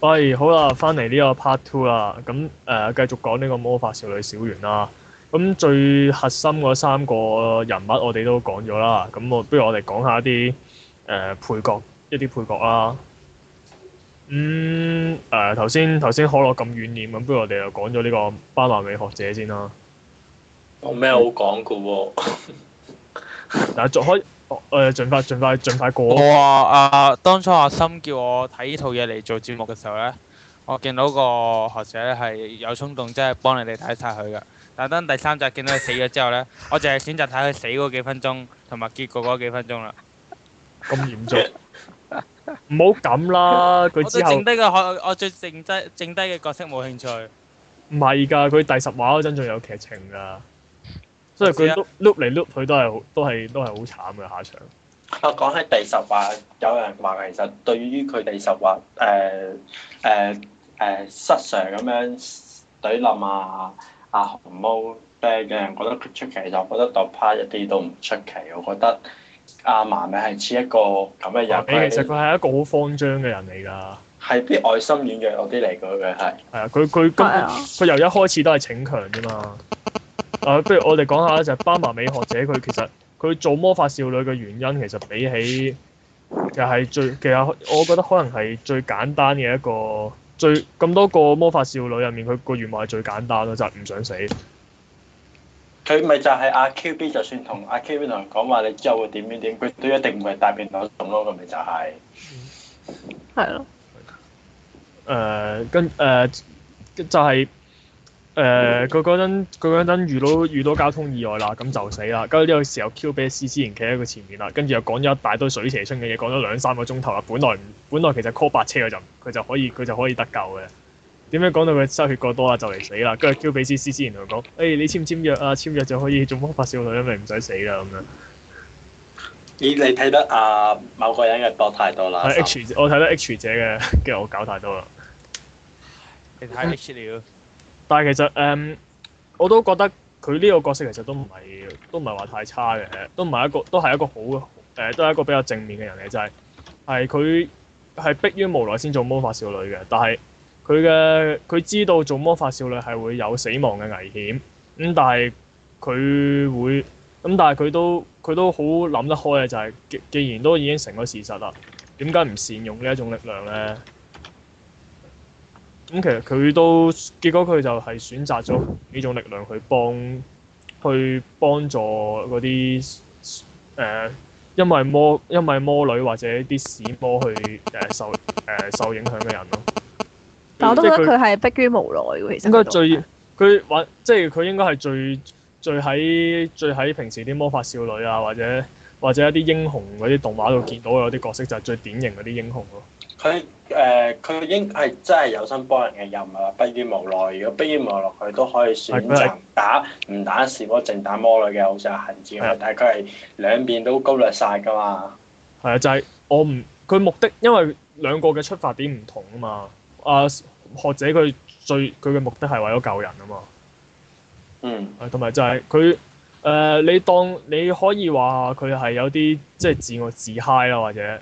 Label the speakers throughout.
Speaker 1: 喂，好啦，翻嚟呢個 part two 啦，咁誒、呃、繼續講呢個魔法少女小圓啦。咁最核心嗰三個人物我哋都講咗啦，咁我不如我哋講下啲誒、呃配角一啲配角啦。咁誒頭先頭先可樂咁遠念，咁不如我哋又講咗呢個巴拿美學者先啦。
Speaker 2: 冇咩好講噶喎，
Speaker 1: 嗱，再可誒、呃、盡快盡快盡快過。
Speaker 3: 我啊啊，當初阿森叫我睇呢套嘢嚟做節目嘅時候呢，我見到個學者咧係有衝動，即係幫你哋睇晒佢嘅。但當第三集見到佢死咗之後呢，我就係選擇睇佢死嗰幾分鐘同埋結果嗰幾分鐘啦。
Speaker 1: 咁嚴重，唔好咁啦！
Speaker 3: 我
Speaker 1: 佢
Speaker 3: 對
Speaker 1: 之後
Speaker 3: 剩低嘅學，我對剩低剩低嘅角色冇興趣。
Speaker 1: 唔係㗎，佢第十話嗰陣仲有劇情㗎，所以佢
Speaker 3: 我知啊
Speaker 1: loop loop 嚟 loop 去都係好都係都係好慘嘅下場。
Speaker 2: 啊講起第十話，有人話其實對於佢第十話誒誒誒失常咁樣懟冧啊阿紅毛咧，有人覺得佢出奇，就覺得杜拍一啲都唔出奇。我覺得阿嫲咪係似一個咁嘅人，
Speaker 1: 你哦其實佢
Speaker 2: 佢
Speaker 1: 係一個好慌張嘅人嚟㗎，係啊！
Speaker 2: 係啲愛心軟弱嗰啲嚟嘅，佢係。
Speaker 1: 佢佢
Speaker 4: 係
Speaker 1: 咁
Speaker 4: 啊，
Speaker 1: 佢由一開始都係逞強啫嘛。啊，不如我哋講下就係斑馬美學者佢其實佢做魔法少女嘅原因其實比起其實係最其實我覺得可能係最簡單嘅一個最咁多個魔法少女入面佢個願望係最簡單咯，就係、唔想死。
Speaker 2: 佢咪就係阿 Q B，就算同阿 Q B 同人講話，你之後會點點點，佢都一定唔係大變兩種咯。佢咪就係、
Speaker 4: 係咯，
Speaker 1: 嗯誒、呃跟誒、就係誒佢嗰陣佢嗰陣遇到遇到交通意外啦，咁就死啦。跟住呢個時候 Q 比斯之前企喺佢前面啦，跟住又講咗一大堆水蛇春嘅嘢，講咗兩三個鐘頭啦。本來唔本來其實 call 白車佢就佢就可以佢就可以得救嘅。點樣講到佢失血過多啊，就嚟死啦！跟住 Q 比斯斯之前同佢講：，誒、你簽唔簽約啊？簽約就可以做魔法少女，咪唔使死啦咁樣。
Speaker 2: 咦，你睇得啊某個人嘅搏太多啦。
Speaker 1: 係 H，我睇到 H 姐嘅嘅我搞太多啦。
Speaker 3: 你睇 H 了，
Speaker 1: 但係其實誒、嗯我都覺得佢呢個角色其實都唔係都唔係話太差嘅，都唔係一個都係一個好嘅誒、都係一個比較正面嘅人嚟，就係係佢係迫於無奈先做魔法少女嘅，但係佢嘅佢知道做魔法少女係會有死亡嘅危險，咁、但係佢會咁，但係佢都佢都好諗得開嘅，就係、既既然都已經成咗事實啦，點解唔善用呢一種力量咧？咁其實佢都結果佢就係選擇咗呢種力量去幫去幫助嗰啲誒，因為魔因為魔女或者啲屎魔去誒、呃受誒、呃受影響嘅人咯。
Speaker 4: 但我都覺得
Speaker 1: 即係
Speaker 4: 佢係迫於無奈喎。其實
Speaker 1: 應該
Speaker 4: 佢都
Speaker 1: 最佢玩，即係佢應該係最最喺最喺平時啲魔法少女啊，或者或者一啲英雄嗰啲動畫度見到有啲角色就係最典型嗰啲英雄咯。
Speaker 2: 佢誒佢應係真係有心幫人嘅，又唔係話迫於無奈。如果迫於無奈，佢都可以選
Speaker 1: 係佢係
Speaker 2: 擇打唔打士魔，淨打魔女嘅，好似阿恆子
Speaker 1: 係啊
Speaker 2: 咁。但係佢係兩邊都攻略晒㗎嘛。
Speaker 1: 係啊，就係、我唔佢目的，因為兩個嘅出發點唔同啊嘛。啊，學者佢最佢嘅目的係為咗救人啊嘛。啊
Speaker 2: 嗯，
Speaker 1: 誒同埋就係佢誒，你當你可以話佢係有啲即係自我自嗨啦，或者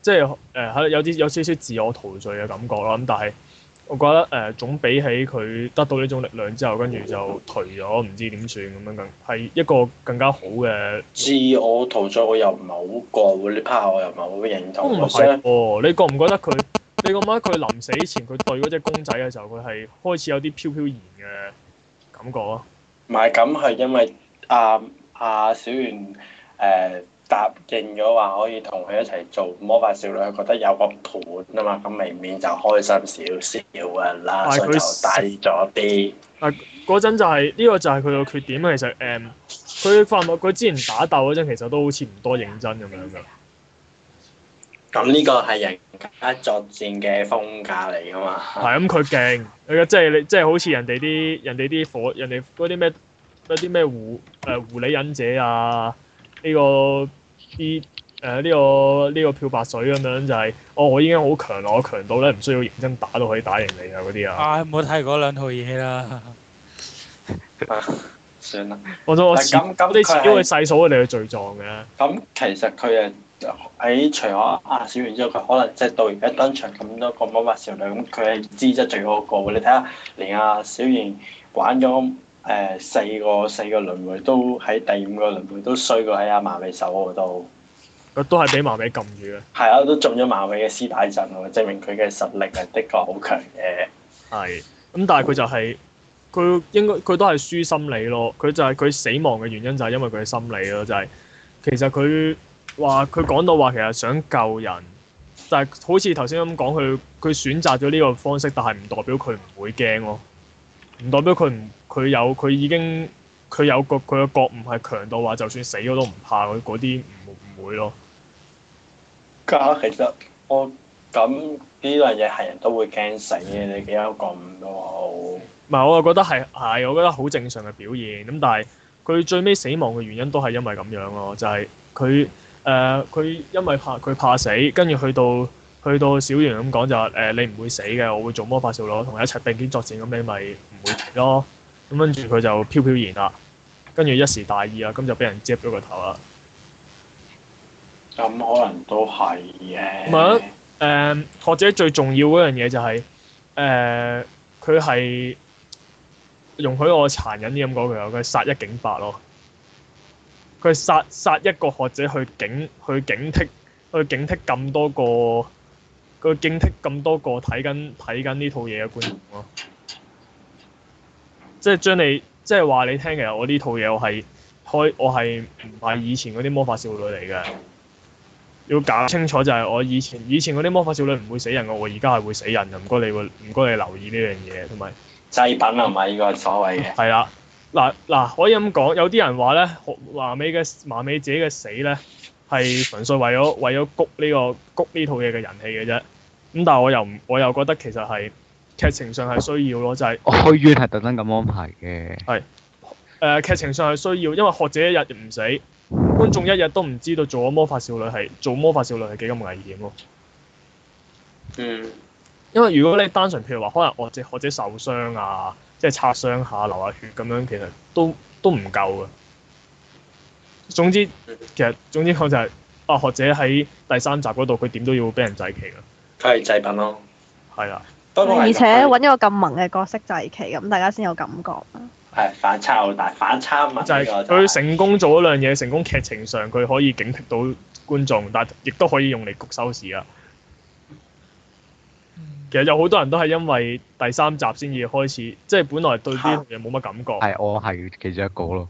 Speaker 1: 即係誒喺有啲有少少自我陶醉嘅感覺啦。咁但係我覺得誒、呃、總比起佢得到呢種力量之後，跟住就頹咗，唔知點算咁樣，更係一個更加好嘅。
Speaker 2: 自我陶醉我又唔係好過喎，呢 part 我又唔係好認
Speaker 1: 都
Speaker 2: 同。
Speaker 1: 唔
Speaker 2: 我相
Speaker 1: 係喎，你覺唔覺得佢？你覺唔覺得佢臨死前佢對嗰只公仔嘅時候，佢係開始有啲飄飄然嘅感覺啊？
Speaker 2: 唔係咁係因為阿阿小圓誒、呃答應咗話可以同佢一齊做魔法少女，佢覺得有個伴啊嘛，咁未免就開心少少噶啦，
Speaker 1: 但係
Speaker 2: 所以就
Speaker 1: 佢
Speaker 2: 低咗啲。
Speaker 1: 嗰陣就係、呢、個就係佢嘅缺點啊。其實誒，嗯佢、發覺佢之前打鬥嗰陣，其實都好似唔多認真咁樣㗎。
Speaker 2: 咁呢個係人家作戰嘅風格嚟噶嘛？
Speaker 1: 係咁，佢勁，佢嘅即係你即係好似人哋啲人哋啲火，人哋嗰啲咩嗰啲咩狐誒、狐狸忍者啊，呢、個啲誒呢個呢、個漂白水咁樣就係、哦，我已經好強啦，我強到咧唔需要認真打都可以打贏你啊嗰啲啊。
Speaker 3: 唉，冇睇嗰兩套嘢啦。
Speaker 2: 算啦，
Speaker 1: 我都我
Speaker 2: 但
Speaker 1: 遲
Speaker 2: 咁咁
Speaker 1: 我哋遲啲
Speaker 2: 佢係
Speaker 1: 會細數佢哋嘅罪狀嘅。
Speaker 2: 咁其實佢誒呃喺除咗亞小完之後，佢可能即係到而家登場咁多個魔法少女，咁佢係資質最好嗰個。你睇下，連阿小賢玩咗誒、呃四個四個輪迴，都喺第五個輪迴都衰過喺阿馬尾手嗰度。
Speaker 1: 佢都係俾馬尾撳住嘅。
Speaker 2: 係啊，都中咗馬尾嘅師大陣喎，證明佢嘅實力係的確好強嘅。
Speaker 1: 係。咁但係佢就係、佢應該佢都係輸心理咯。佢就係、佢死亡嘅原因就係因為佢嘅心理咯，就係、其實佢話佢講到話其實想救人，但係好似頭先咁講，佢佢選擇咗呢個方式，但係唔代表佢唔會驚咯，唔代表佢唔佢有佢已經佢有個佢嘅覺悟係強到話就算死我都唔怕嗰嗰啲唔唔會咯。
Speaker 2: 家其實我咁呢樣嘢係人都會驚死嘅，你幾有咁都好。
Speaker 1: 唔係，我又覺得係係，我覺得好正常嘅表現。咁但係佢最尾死亡嘅原因都係因為咁樣咯，就係佢誒佢因為怕佢怕死，跟住去到去到小圓咁講就話誒、你唔會死嘅，我會做魔法少女，同你一齊並肩作戰，咁你咪唔會死咯。咁跟住佢就飄飄然啦，跟住一時大意啊啦，咁就俾人接咗個頭啦。
Speaker 2: 咁可能都係
Speaker 1: 唔
Speaker 2: 嘅。
Speaker 1: 係啊誒、或者最重要嗰樣嘢就係、誒，佢係容許我殘忍啲咁講佢啊，佢係殺一儆百咯。佢係殺殺一個學者去警去警惕去警惕咁多個，佢警惕咁多個睇緊睇緊呢套嘢嘅觀眾咯。即係將你即係話你聽，其實我呢套嘢我係開我係唔係以前嗰啲魔法少女嚟嘅。要搞清楚就係我以前以前嗰啲魔法少女唔會死人嘅，我而家係會死人嘅。唔該你會唔該你留意呢樣嘢，同埋
Speaker 2: 製品啊係咪呢個所謂嘅？
Speaker 1: 係啦，嗱嗱可以咁講，有啲人話咧，華美嘅華美自己嘅死咧係純粹為咗為咗谷呢、個谷呢套嘢嘅人氣嘅啫。咁但係我又唔我又覺得其實係劇情上係需要咯，就係、
Speaker 5: 開冤係特登咁安排嘅。
Speaker 1: 誒、劇情上係需要，因為學者一日唔死，觀眾一日都唔知道做咗魔法少女係做魔法少女係幾咁危險咯。
Speaker 2: 嗯，
Speaker 1: 因為如果你單純譬如話，可能我只我者受傷啊，即係擦傷下流下血咁樣，其實都都唔夠嘅。總之，其實總之我就係、啊，學者喺第三集嗰度，佢點都要俾人祭旗嘅，
Speaker 2: 佢係製品咯。
Speaker 1: 係啊啦。
Speaker 2: 不過
Speaker 4: 而且
Speaker 2: 係
Speaker 4: 揾一個咁萌嘅角色就係奇，咁大家先有感覺。
Speaker 1: 嗯
Speaker 2: 係反差好大，反差文呢
Speaker 1: 就
Speaker 2: 個
Speaker 1: 係
Speaker 2: 就係
Speaker 1: 佢成功做嗰樣嘢，成功劇情上佢可以警惕到觀眾，但亦都可以用嚟谷收視啊。其實有好多人都係因為第三集先至開始，即係本來對呢樣嘢冇乜感覺。
Speaker 5: 係我係其中一個咯。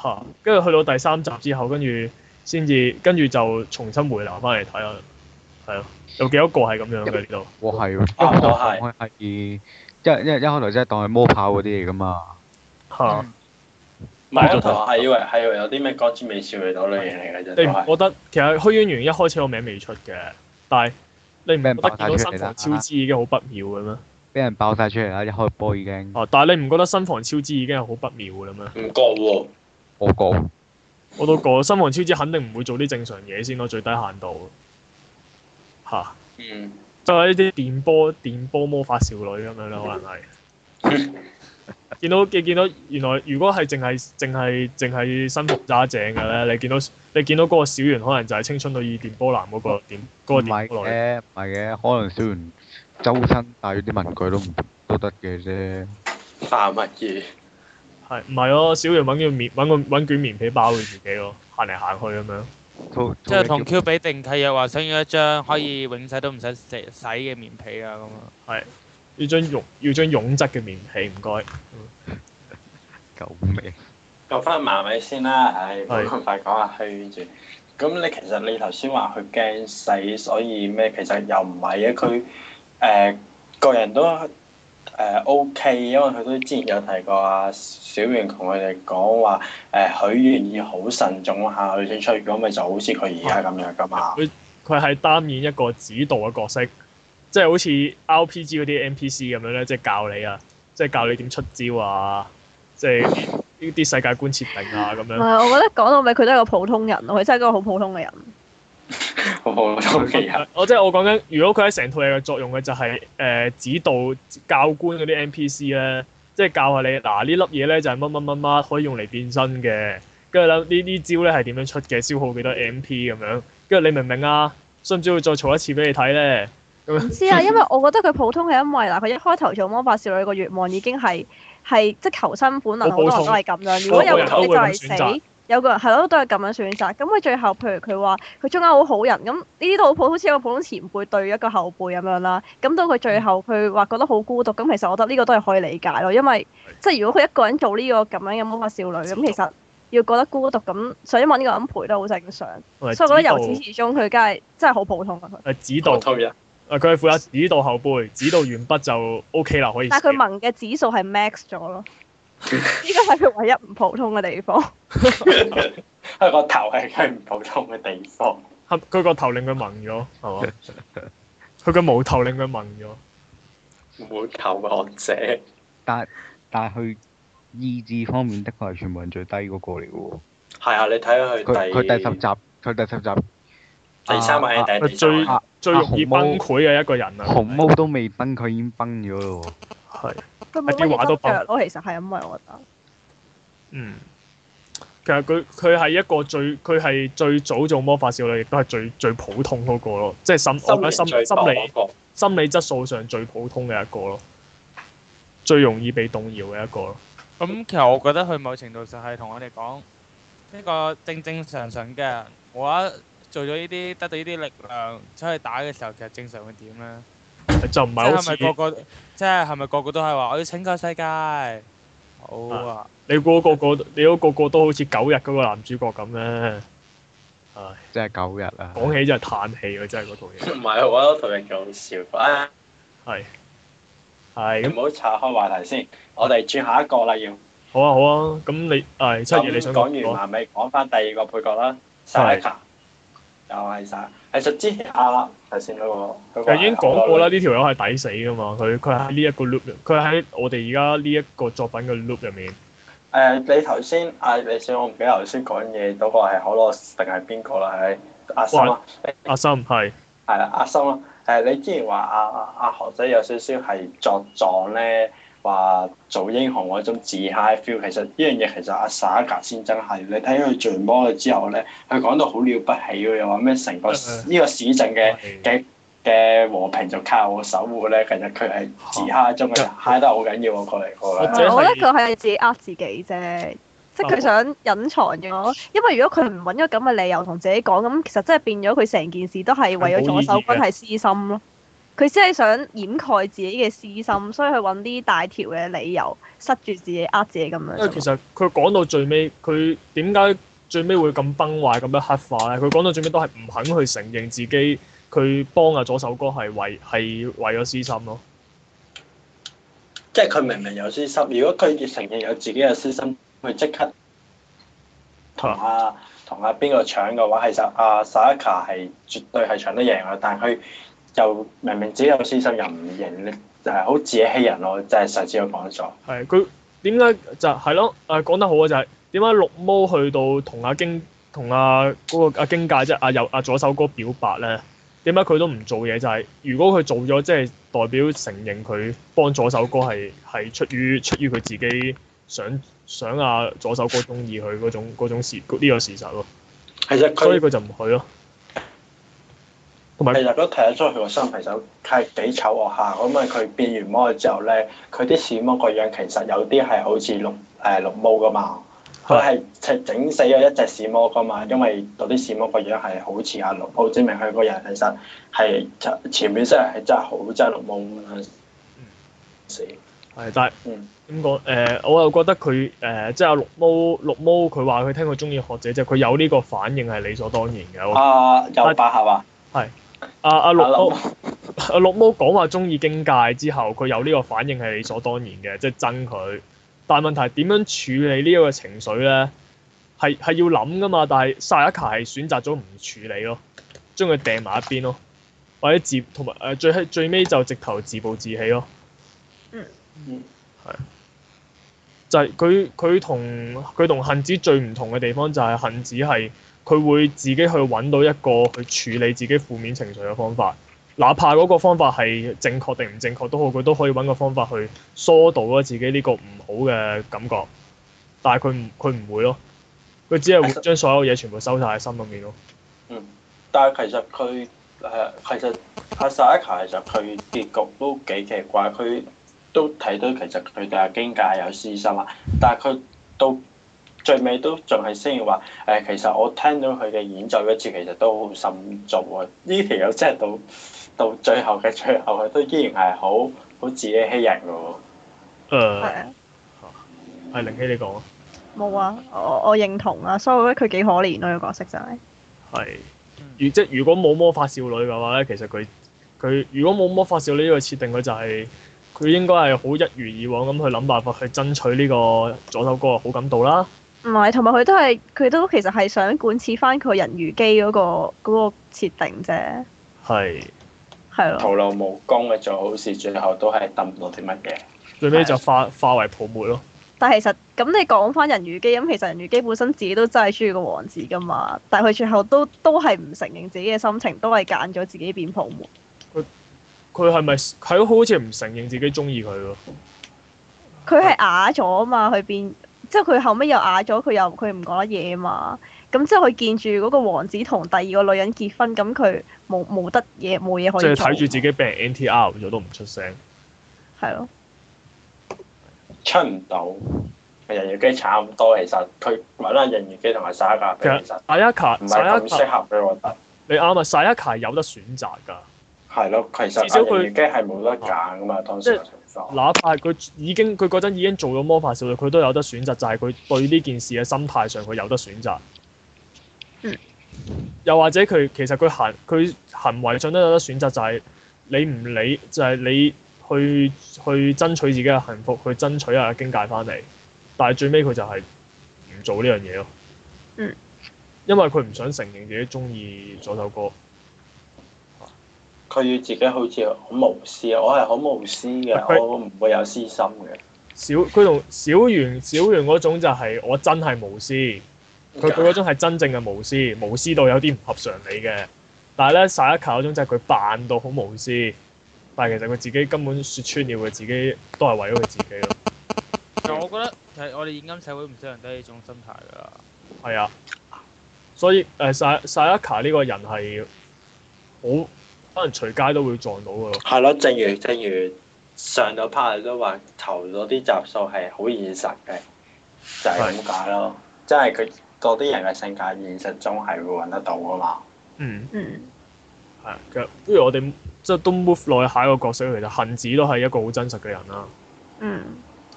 Speaker 1: 嚇，跟住去到第三集之後，跟住先至跟住就重新回流翻嚟睇啦，係咯，有幾多個係咁樣嘅呢度？
Speaker 5: 我係喎，
Speaker 2: 啊
Speaker 5: 一開頭
Speaker 2: 我係
Speaker 5: 當佢係一一一開頭真係當佢魔炮嗰啲嚟噶嘛。
Speaker 1: 嚇，
Speaker 2: 唔係我同學係以為係以為有啲咩光之美少女嗰類型嚟嘅啫，
Speaker 1: 你
Speaker 2: 都
Speaker 1: 唔
Speaker 2: 係
Speaker 1: 覺得其實《虛淵源》一開始個名未出嘅，但係你唔覺得見到新房超支已經好不妙嘅咩？
Speaker 5: 俾人爆晒出嚟啦！一開波已經，
Speaker 1: 啊！但係你唔覺得新房超支已經係好不妙嘅啦咩？
Speaker 2: 唔覺喎。
Speaker 5: 我講
Speaker 1: 我都覺得新房超支肯定唔會做啲正常嘢先咯，最低限度嚇，
Speaker 2: 嗯，
Speaker 1: 就係呢啲電波電波魔法少女咁樣啦，可能係。 見到你見到原來如果係淨係淨係淨係新服揸正嘅咧，你見到你見到嗰個小圓可能就係青春女二電波男嗰、個電
Speaker 5: 唔
Speaker 1: 嗰、個
Speaker 5: 係
Speaker 1: 電波女。
Speaker 5: 嘅，唔係嘅，可能小圓周身帶咗啲文具都唔都得嘅啫。
Speaker 2: 化物語
Speaker 1: 係唔係咯？小圓揾件棉揾個揾卷棉被包住自己咯，行嚟行去咁樣。
Speaker 5: 套
Speaker 3: 即係同
Speaker 5: 套嘢
Speaker 3: Q 比定契又話想要一張可以永世都唔使洗洗嘅棉被啊咁啊。
Speaker 1: 要張絨要張絨質嘅棉被，唔該。
Speaker 5: 叫救命！
Speaker 2: 講翻麻尾先啦，唉，
Speaker 1: 係
Speaker 2: 冇咁快講下虛住。咁你其實你頭先話佢驚死，所以咩？其實又唔係嘅，啊佢誒個人都誒 O K，因為佢都之前有提過啊，小圓同佢哋講話誒許願要好慎重下佢先出，咁咪就好似佢而家咁樣噶 嘛。
Speaker 1: 佢係擔演一個指導嘅角色，即係好似 RPG 嗰啲 NPC 咁樣咧，即係教你啊，即係教你點出招啊，即係呢啲世界觀設定啊咁
Speaker 4: 唔
Speaker 1: 樣。
Speaker 4: 係，我覺得講到尾佢都係個普通人咯，佢真係一個好普通嘅人。
Speaker 2: 好好好奇啊！
Speaker 1: 我即係我講緊，如果佢喺成套嘢嘅作用嘅就係、誒、指導教官嗰啲 NPC 咧，即係教下你嗱呢粒嘢咧就係乜乜乜乜可以用嚟變身嘅，跟住諗呢呢招咧係點樣出嘅，消耗幾多 M P 咁樣，跟住你明唔明啊？需唔需要再做一次俾你睇咧？
Speaker 4: 唔知 啊，因為我覺得佢普通係因為嗱，佢一開頭做魔法少女個願望已經係係即係求生本能，好多人都係咁樣。如果有個人就係死，有個人係咯都係咁樣選擇。咁佢最後譬如佢話佢中間好好人，咁呢啲都好普，好似一個普通前輩對一個後輩咁樣啦。咁到佢最後佢話覺得好孤獨，咁其實我覺得呢個都係可以理解咯，因為即係如果佢一個人做呢個咁樣嘅魔法少女，咁其實要覺得孤獨咁，想揾呢個人陪都好正常。
Speaker 1: 同埋
Speaker 4: 所以我覺得由
Speaker 1: 指
Speaker 4: 始至終佢梗係真係好普通啊佢。
Speaker 1: 導誒指
Speaker 2: 我
Speaker 1: 導
Speaker 2: 推 啊，
Speaker 1: 誒佢係負責指導後輩，指導完畢就 O K 啦，可以寫。
Speaker 4: 但係佢萌嘅指數係 max 咗咯，呢個係佢唯一唔普通嘅地方。
Speaker 2: 係個頭係佢唔普通嘅地方。
Speaker 1: 黑佢個頭令佢萌咗，係 嘛？佢個毛頭令佢萌咗。
Speaker 2: 冇求學者，
Speaker 5: 但但係佢意志方面的確係全部人最低嗰個嚟嘅
Speaker 2: 係啊！你睇下
Speaker 5: 喎。佢佢
Speaker 2: 佢
Speaker 5: 第
Speaker 2: 第
Speaker 5: 十集，佢第十集
Speaker 2: 第三位
Speaker 5: 啊
Speaker 2: 定係第四
Speaker 1: 最
Speaker 2: 位？
Speaker 5: 啊
Speaker 1: 最容易崩潰嘅一個人啊！
Speaker 5: 紅毛都未崩，佢已經崩咗咯喎。
Speaker 1: 係
Speaker 4: 佢冇乜嘢得着咯，其實係因為我覺得。
Speaker 1: 嗯，其實佢佢係一個最佢係最早做魔法少女，亦都係最最普通嗰個咯，即係心我覺得心
Speaker 2: 心理最
Speaker 1: 心
Speaker 2: 薄
Speaker 1: 理
Speaker 2: 嗰個。
Speaker 1: 心理質素上最普通嘅一個咯，最容易被動搖嘅一個咯。
Speaker 3: 咁其實我覺得佢某程度上係同我哋講，呢個正正常常嘅人，我一做咗呢啲得到呢啲力量出去打嘅時候，其實正常會點咧？
Speaker 1: 就唔
Speaker 3: 即
Speaker 1: 係好
Speaker 3: 係
Speaker 1: 似
Speaker 3: 咪個個即係係咪個個都係話我要拯救世界？好啊，
Speaker 1: 你估個個你估個個都好似九日嗰個男主角咁咧？唉，
Speaker 5: 即係九日啊！
Speaker 1: 講起真係嘆氣喎，真係嗰套嘢。
Speaker 2: 唔係，我覺得佢哋幾好笑。啊，
Speaker 1: 係係
Speaker 2: 唔
Speaker 1: 咁
Speaker 2: 好岔開話題先，我哋轉下一個啦，要。
Speaker 1: 好啊好啊，咁你係七
Speaker 2: 咁
Speaker 1: 爺你想
Speaker 2: 講
Speaker 1: 講
Speaker 2: 完啊埋咪講翻第二個配角啦 s a 又係 s a 其實之前啊，頭先嗰個
Speaker 1: 其
Speaker 2: 嗰個
Speaker 1: 實已經
Speaker 2: 啊
Speaker 1: 講過啦，，呢條友係抵死噶嘛，佢佢喺呢一個 loop，入佢喺我哋而家呢一個作品嘅 loop 入面，
Speaker 2: 誒，你頭先啊嗌你先，我唔記得頭先講嘢嗰個係可樂定係邊個啦？係阿森啊，
Speaker 1: 阿心係
Speaker 2: 係啦，阿森啊。誒，你之前話阿阿阿何仔有少少係作狀咧，話做英雄嗰種自 high feel。其實呢樣嘢其實阿 s a 先真係，你睇佢做完魔女之後咧，佢講到好了不起喎，又話咩成個
Speaker 1: 誒
Speaker 2: 呢個市政嘅。
Speaker 1: 係
Speaker 2: 嘅嘅和平就靠我守護咧，其實佢係自嗨中嘅人，嗨得好緊要喎，佢嚟個
Speaker 1: 或者
Speaker 2: 咧。
Speaker 1: 係哦
Speaker 4: 我覺得佢係自己呃自己啫，即係佢想隱藏咗。因為如果佢唔揾咗咁嘅理由同自己講，咁其實真係變咗佢成件事都係為咗左手軍係私心咯。佢只係想掩蓋自己嘅私心，所以佢揾啲大條嘅理由塞住自己呃自己咁樣啫嘛。
Speaker 1: 因為其實佢講到最尾，佢點解最尾會咁崩壞咁樣黑化咧？佢講到最尾都係唔肯去承認自己佢幫阿左手哥係為係為咗私心咯。
Speaker 2: 即係佢明明有私心，如果佢要承認有自己有私心，佢即刻同阿同阿邊個搶嘅話，其實阿 s a k a 係絕對係搶得贏嘅，但係佢又明明自己有私心又唔認，你就係好自欺人咯，就係上次我講咗。
Speaker 1: 係佢點解就係咯？誒講得好啊，就係點解綠毛去到同阿經同阿嗰個阿經界即係阿右阿左手哥表白咧？點解佢都唔做嘢？就係、如果佢做咗，即係代表承認佢幫左手哥係係出於出於佢自己想想阿、左手哥中意佢嗰種嗰種事呢個事實咯，
Speaker 2: 其實
Speaker 1: 所以
Speaker 2: 佢
Speaker 1: 佢就唔去咯。同埋
Speaker 2: 其實都睇得出佢個心其實係幾醜惡下，咁啊佢變完魔之後咧，佢啲屎魔個樣其實有啲係好似綠誒綠毛噶嘛，佢係係整死咗一隻屎魔噶嘛，因為嗰啲屎魔個樣係好似阿綠毛，證明佢個人其實係前面真係真係好憎綠毛咁樣死。
Speaker 1: 係，但係
Speaker 2: 嗯
Speaker 1: 點講？誒、我又覺得佢誒、即係阿綠毛綠毛，佢話佢聽佢中意學姐之後，佢有呢個反應係理所當然嘅。我
Speaker 2: 啊，有百合啊，
Speaker 1: 阿嗯阿綠
Speaker 2: 阿
Speaker 1: 毛
Speaker 2: 綠
Speaker 1: 阿綠毛講話中意經界之後，佢有呢個反應係理所當然嘅，即係憎佢。但係問題點樣處理呢一個情緒咧？係係要諗噶嘛，但係薩一卡係選擇咗唔處理咯，將佢掟埋一邊咯，或者自同埋誒最最尾就直頭自暴自棄咯。
Speaker 2: 嗯
Speaker 1: 就係佢佢同佢同杏子最唔同嘅地方就係杏子係佢會自己去揾到一個去處理自己負面情緒嘅方法，哪怕嗰個方法係正確定唔正確都好，佢都可以揾個方法去疏導咗自己呢個唔好嘅感覺。但係佢唔佢唔會咯，佢只係會將所有嘢全部收晒喺心裏面咯。
Speaker 2: 嗯，但係其實佢誒、其實阿薩一卡其實佢結局都幾奇怪，佢都睇到其實佢哋阿經界有私心啦，但係佢到最尾都仲係雖然話誒，其實我聽到佢嘅演奏嗰次，其實都好心做啊！呢條友真係到 到最後嘅最後，佢啊都依然係好好自欺欺人嘅喎。
Speaker 1: 誒、
Speaker 4: 係啊，
Speaker 1: 係凌希你講啊，
Speaker 4: 冇啊，我我認同啊，所以我覺得佢幾可憐咯，個角色就係。
Speaker 1: 係
Speaker 3: 嗯。
Speaker 1: 如即係如果冇魔法少女嘅話咧，其實佢佢如果冇魔法少女呢個設定，佢就係、佢應該係好一如以往咁去諗辦法去爭取呢個左手哥嘅好感度啦。
Speaker 4: 唔係，同埋佢都係佢都其實係想貫徹翻佢人魚機嗰、個嗰、個設定啫，
Speaker 1: 係。
Speaker 4: 係咯。
Speaker 2: 徒勞無功嘅做好事，最後都係揼唔到啲乜嘢。
Speaker 1: 最尾就化化為泡沫咯。
Speaker 4: 但係其實咁你講翻人魚機咁，其實人魚機本身自己都真係中意個王子噶嘛，但係佢最後都都係唔承認自己嘅心情，都係揀咗自己變泡沫。
Speaker 1: 佢係咪佢好似唔承認自己中意佢喎？
Speaker 4: 佢係啞咗啊嘛，佢變即係佢後尾又啞咗，佢又佢唔講得嘢啊嘛。咁之後佢見住嗰個王子同第二個女人結婚，咁佢冇冇得嘢冇嘢
Speaker 1: 即
Speaker 4: 可以
Speaker 1: 係
Speaker 4: 做
Speaker 2: 啊
Speaker 1: 睇住自己病 NTR 咗都唔出聲。
Speaker 4: 係咯。
Speaker 2: 出唔到。人魚機差咁多，其實佢揾下人魚機同埋沙架比，
Speaker 1: 其實
Speaker 2: 其實
Speaker 1: Sayaka
Speaker 2: 唔係
Speaker 1: Sayaka
Speaker 2: 咁適合嘅，我覺得。
Speaker 1: 你啱啊，Sayaka 係有得選擇㗎。
Speaker 2: 係咯，其實
Speaker 1: 至少佢啊
Speaker 2: 人魚機係冇得揀噶嘛，當時嘅情況。
Speaker 1: 哪怕佢已經佢嗰陣已經做咗魔法少女，佢都有得選擇，就係、佢對呢件事嘅心態上佢有得選擇。
Speaker 4: 嗯。
Speaker 1: 又或者佢其實佢行佢行為上都有得選擇，就係、你唔理，就係、你去去爭取自己嘅幸福，去爭取啊經界翻嚟，但係最尾佢就係唔做呢樣嘢咯。
Speaker 4: 嗯。
Speaker 1: 因為佢唔想承認自己中意左手歌，
Speaker 2: 佢要自己好似好無私，我係好無私
Speaker 1: 佢
Speaker 2: 嘅，我唔會有私心嘅。
Speaker 1: 小佢同小圓小圓嗰種就係我真係無私。佢佢嗰種係真正嘅無私，無私到有啲唔合常理嘅。但係咧，薩一卡嗰種就係佢扮到好無私，但係其實佢自己根本説穿了，佢自己都係為咗佢自己咯。
Speaker 3: 但我覺得係我哋現今社會唔少人都係呢種心態㗎啦。
Speaker 1: 係啊，所以誒薩薩一卡呢個人係好可能隨街都會撞到嘅咯。
Speaker 2: 係咯，正如正如上到 part 你都話投咗啲集數係好現實嘅，就係咁解咯。即係佢嗰啲人嘅性格，現實中係會揾得到噶嘛。
Speaker 1: 嗯，
Speaker 4: 嗯，
Speaker 1: 係啊。其實不如我哋即係都 move 落去下一個角色，其實杏子都係一個好真實嘅人啦。
Speaker 4: 嗯，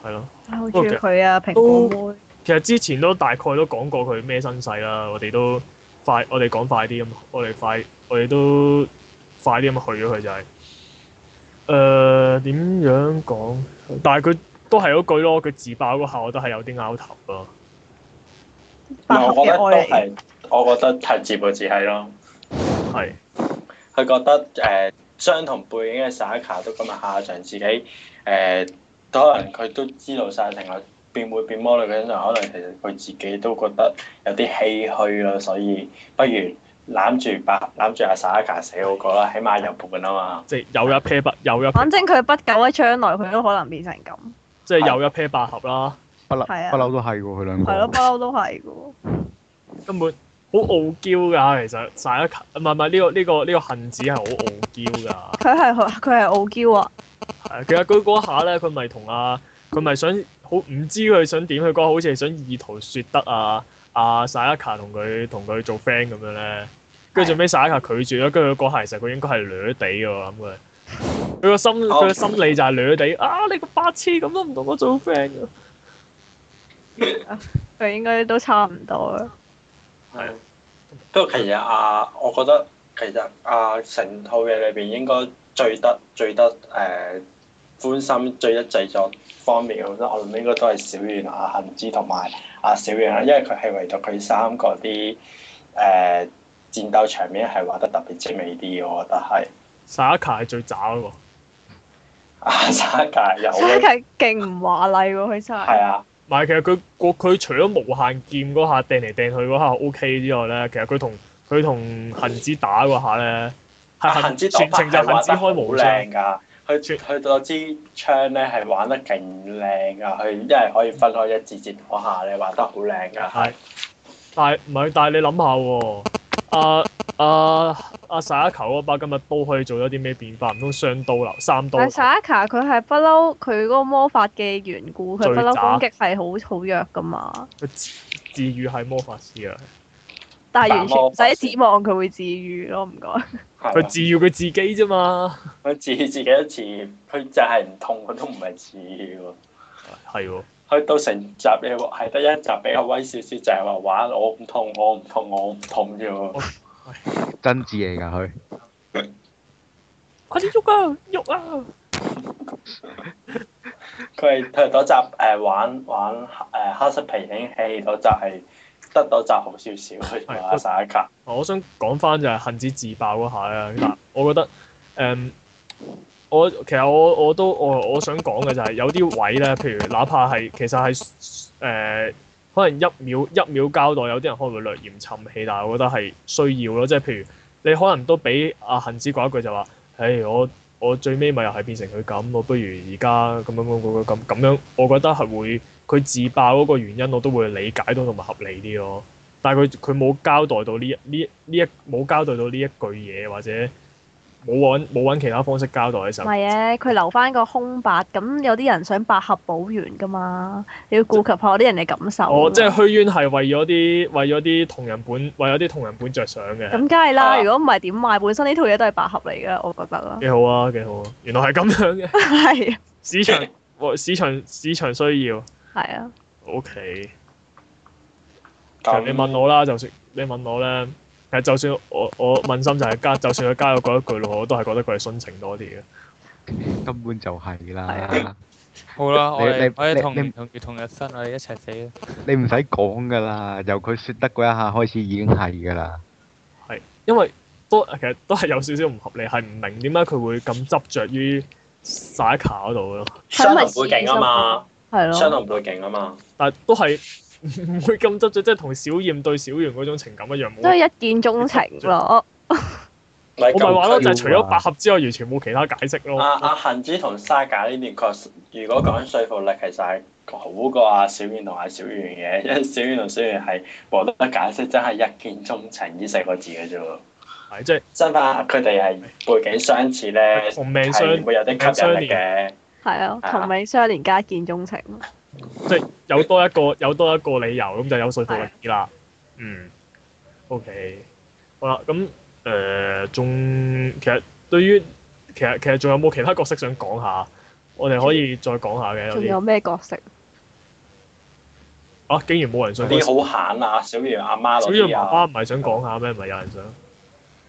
Speaker 1: 係咯，
Speaker 4: 好中意佢啊，蘋果妹。
Speaker 1: 其實之前都大概都講過佢咩身世啦，我哋都快，我哋講快啲咁，我哋快，我哋都快啲咁去咗佢就係、誒點樣講？但係佢都係嗰句咯，佢自爆嗰下我都係有啲拗頭咯。
Speaker 2: 唔
Speaker 4: 百
Speaker 2: 係，
Speaker 4: 合
Speaker 2: 我覺得都
Speaker 4: 嘅愛嚟，
Speaker 2: 係，我覺得係自暴自棄咯。
Speaker 1: 係
Speaker 2: 佢覺得誒、呃相同背景嘅薩卡都今日下場自己誒、呃可能佢都知道晒成個變會變魔女嘅真相，可能其實佢自己都覺得有啲唏噓咯，所以不如攬住白攬住阿薩卡死好過啦，起碼有伴啊嘛。
Speaker 1: 即係有一 pair 八，有一
Speaker 4: 反正佢不久喺將來佢都可能變成咁，
Speaker 1: 即係有一 pair 八合啦，
Speaker 5: 不嬲
Speaker 4: 係啊
Speaker 5: 不嬲都係喎，佢兩
Speaker 2: 哦
Speaker 5: 個
Speaker 4: 係咯，不嬲都係嘅喎。
Speaker 1: 根本好傲嬌㗎。其實曬一唔係唔係呢個呢、個呢、個杏子係好傲嬌㗎。
Speaker 4: 佢係佢係傲嬌啊，
Speaker 1: 係，其實佢嗰下咧，佢咪同阿佢咪想好唔知佢想點，佢嗰下好似係想意圖説得啊阿 Sayaka 同佢同佢做 friend 咁樣咧，跟住最尾 Sayaka 拒絕咗，跟住佢嗰下其實佢應該係掠地嘅喎，咁佢佢個心
Speaker 2: 哦
Speaker 1: 佢個心理就係掠地啊！你個白痴咁都唔同我做 friend 嘅，
Speaker 4: 佢應該都差唔多啦。
Speaker 1: 係
Speaker 2: 嗯不過其實啊，我覺得其實啊，成套嘢裏邊應該最得最得誒、呃、歡心最得製作方面，我覺得我諗應該都係小圓啊、杏子同埋啊小圓啦，因為佢係唯獨佢三個啲誒、呃、戰鬥場面係畫得特別精美啲嘅，我覺得係
Speaker 1: Sayaka 係最渣嗰個，
Speaker 2: 啊沙界有
Speaker 4: 沙琪勁唔華麗喎，佢真
Speaker 2: 係
Speaker 4: 係。
Speaker 2: 啊，
Speaker 1: 唔係其實佢佢佢除咗無限劍嗰下掟嚟掟去嗰下 OK 之外咧，其實佢同佢同杏子打嗰下咧
Speaker 2: 啊
Speaker 1: 係
Speaker 2: 杏
Speaker 1: 杏
Speaker 2: 子
Speaker 1: 全程就
Speaker 2: 係
Speaker 1: 杏
Speaker 2: 畫
Speaker 1: 子
Speaker 2: 得好
Speaker 1: 開無雙。
Speaker 2: 靚㗎。佢
Speaker 1: 全
Speaker 2: 佢到支槍咧係玩得啊勁靚㗎，佢因為可以分開一節節嗰下咧畫得好靚㗎。啊
Speaker 1: 係。但係唔係？但係你諗下喎，阿阿阿沙一球嗰把今日刀可以做咗啲咩變化？唔通雙刀流、三刀
Speaker 4: 但
Speaker 1: 流
Speaker 4: 係？Saka 佢係不嬲，佢嗰個魔法嘅緣故，佢
Speaker 1: 最
Speaker 4: 不嬲
Speaker 1: 渣
Speaker 4: 攻擊係好好弱噶嘛。
Speaker 1: 佢自自愈係魔法師啊！
Speaker 4: 但係完全
Speaker 2: 打
Speaker 4: 唔
Speaker 2: 魔法
Speaker 4: 使指望佢會治愈咯，唔該。
Speaker 2: 係
Speaker 1: 佢
Speaker 2: 啊
Speaker 1: 自愈佢自己啫嘛。
Speaker 2: 佢自自己都自，佢就係唔痛，佢都唔係自喎。
Speaker 1: 係喎，
Speaker 2: 去到成集你話係得一集比較威少少，就係話玩我唔痛，我唔痛，我唔痛啫
Speaker 1: 哦
Speaker 2: 喎。
Speaker 5: 真摯嚟㗎佢。
Speaker 1: 快啲喐啊！喐啊！
Speaker 2: 佢係佢係嗰集誒、玩玩誒、黑色皮影戲嗰集係得到集好少少去同阿薩一卡，
Speaker 1: 我想講翻就係恨子自爆嗰下啦。嗱，我覺得誒、嗯我其實我我都我我想講嘅就係有啲位咧，譬如哪怕係其實係誒、可能一秒一秒交代，有啲人可能會略嫌沉氣，但係我覺得係需要咯。即係譬如你可能都俾阿恨子講一句就話，誒我。我最尾咪又係變成佢咁，我不如而家咁樣咁咁咁咁樣，我覺得係會佢自爆嗰個原因，我都會理解到同埋合理啲咯。但係佢佢冇交代到呢一呢一呢一冇交代到呢一句嘢，或者冇揾冇揾其他方式交代嘅時
Speaker 4: 唔
Speaker 1: 候，
Speaker 4: 係嘅，佢留翻個空白，咁有啲人想百合補完噶嘛，你要顧及下我啲人嘅感受。啊
Speaker 1: 哦，即係虛淵係為咗啲為咗啲同人本為咗啲同人本着想
Speaker 4: 咁
Speaker 1: 嘅，
Speaker 4: 梗係啦，
Speaker 2: 啊
Speaker 4: 如果唔係點賣？本身呢套嘢都係百合嚟嘅，我覺得啦。
Speaker 1: 幾好啊幾好啊！原來係咁樣嘅
Speaker 4: 係
Speaker 1: 市場哇市場市場需要
Speaker 4: 係啊，
Speaker 1: ，OK。其實
Speaker 2: 咁
Speaker 1: 你問我啦，就算你問我咧，其實就算我我問心就係加，就算佢加咗嗰一句咯，我都係覺得佢係殉情多啲嘅。
Speaker 5: 根本就係
Speaker 4: 係
Speaker 5: 啦，
Speaker 3: 好啦，
Speaker 5: 你
Speaker 3: 我哋
Speaker 5: 你
Speaker 3: 可以
Speaker 5: 你
Speaker 3: 同
Speaker 5: 你
Speaker 3: 年同月同日生，我哋一齊死啦！
Speaker 5: 你唔使講㗎啦，由佢説得嗰一下開始已經係㗎啦。
Speaker 1: 係，因為都其實都係有少少唔合理，係唔明點解佢會咁執着於沙卡嗰度咯。
Speaker 2: 雙龍背景啊嘛，
Speaker 4: 係
Speaker 2: 雙
Speaker 4: 咯，
Speaker 2: 龍背景啊嘛，
Speaker 1: 但係都係唔會咁執着，即係同小燕對小圓嗰種情感一樣
Speaker 4: 都係
Speaker 1: 冇。
Speaker 4: 一見鍾情咯。哦
Speaker 2: 咪
Speaker 1: 我咪話咯，就係除咗
Speaker 5: 啊
Speaker 1: 百合之外，完全冇其他解釋咯。
Speaker 2: 阿阿恒子同沙架呢段確實，如果講說服力，其實係好過阿小遠同阿小遠嘅，因為小遠同小遠係冇得解釋，真係一見鍾情呢四個字嘅啫喎。
Speaker 1: 係即係
Speaker 2: 相反，佢哋係背景相似咧，
Speaker 1: 同命相
Speaker 2: 係會有啲吸引力嘅。
Speaker 4: 係啊，
Speaker 2: 啊
Speaker 4: 同美相連加一見鍾情，
Speaker 1: 即係有多一個有多一個理由，咁就有說服力啲啦。嗯，OK，好啦，咁誒仲其實對於其實其實仲有冇其他角色想講下？我哋可以再講下嘅有
Speaker 4: 仲有
Speaker 1: 啲
Speaker 4: 咩角色？
Speaker 1: 啊，竟然冇人想
Speaker 2: 嗰
Speaker 1: 講。
Speaker 2: 啲好閒啊，小圓阿媽
Speaker 1: 小
Speaker 2: 嗰
Speaker 1: 月
Speaker 2: 啲
Speaker 1: 媽
Speaker 2: 啊
Speaker 1: 媽，唔係想講下咩？唔係有人想。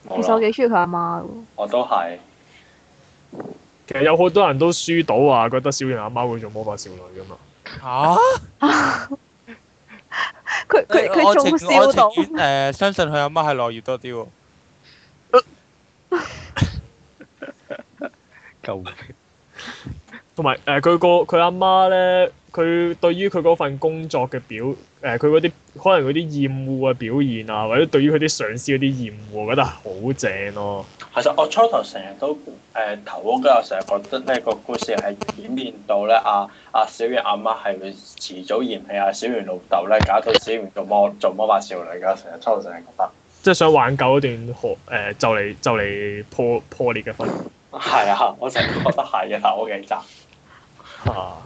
Speaker 4: 其
Speaker 2: 冇
Speaker 4: 實我
Speaker 2: 啦
Speaker 4: 幾中意佢阿媽嘅，
Speaker 2: 我都係。
Speaker 1: 其實有好多人都輸到啊，覺得小月阿媽會做魔法少女噶嘛。
Speaker 3: 嚇！
Speaker 4: 佢佢佢
Speaker 3: 我
Speaker 4: 仲
Speaker 3: 情
Speaker 4: 笑到
Speaker 3: 我，情願呃相信佢阿媽係落葉多啲喎。
Speaker 5: 救命！
Speaker 1: 同埋誒，佢個佢阿媽咧，佢對於佢嗰份工作嘅表誒，佢嗰啲可能嗰啲厭惡嘅表現啊，或者對於佢啲上司嗰啲厭惡，我覺得係好正咯。
Speaker 2: 其實我初頭成日都誒、呃、頭嗰幾日成日覺得呢個故事係演變到咧阿阿小圓阿媽係會遲早嫌棄阿小圓老豆咧，搞到小圓做魔做魔法少女㗎。成日初頭成日覺得
Speaker 1: 即係想挽救嗰段學誒、就嚟就嚟破破裂嘅婚姻
Speaker 2: 係啊，我成日覺得係嘅頭嗰幾集。
Speaker 1: 啊。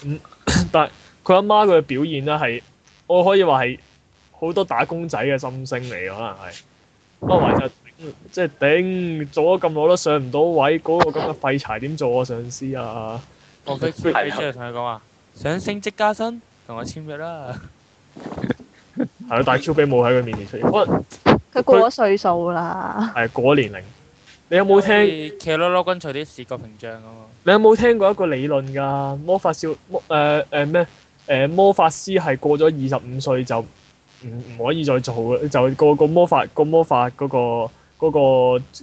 Speaker 1: 咁、 但係佢阿媽佢嘅表現咧係，我可以話係好多打工仔嘅心聲嚟嘅，可能係。不過就即係頂做咗咁耐都上唔到位，嗰、個咁嘅廢柴點做我上司啊？
Speaker 3: 我飛飛出嚟同佢講話，想升職加薪，同我簽約啦。
Speaker 1: 係咯，但係 Q 比冇喺佢面前出現，可能
Speaker 4: 佢過咗歲數啦。
Speaker 1: 係果年齡。你有冇聽？
Speaker 3: 聽騎囉囉跟隨啲視覺屏障咁啊嘛。
Speaker 1: 你有冇聽過一個理論㗎？魔法少魔誒誒咩誒魔法師係過咗二十五歲就唔唔可以再做嘅， 就個個魔法個魔法嗰、個嗰、個嗰、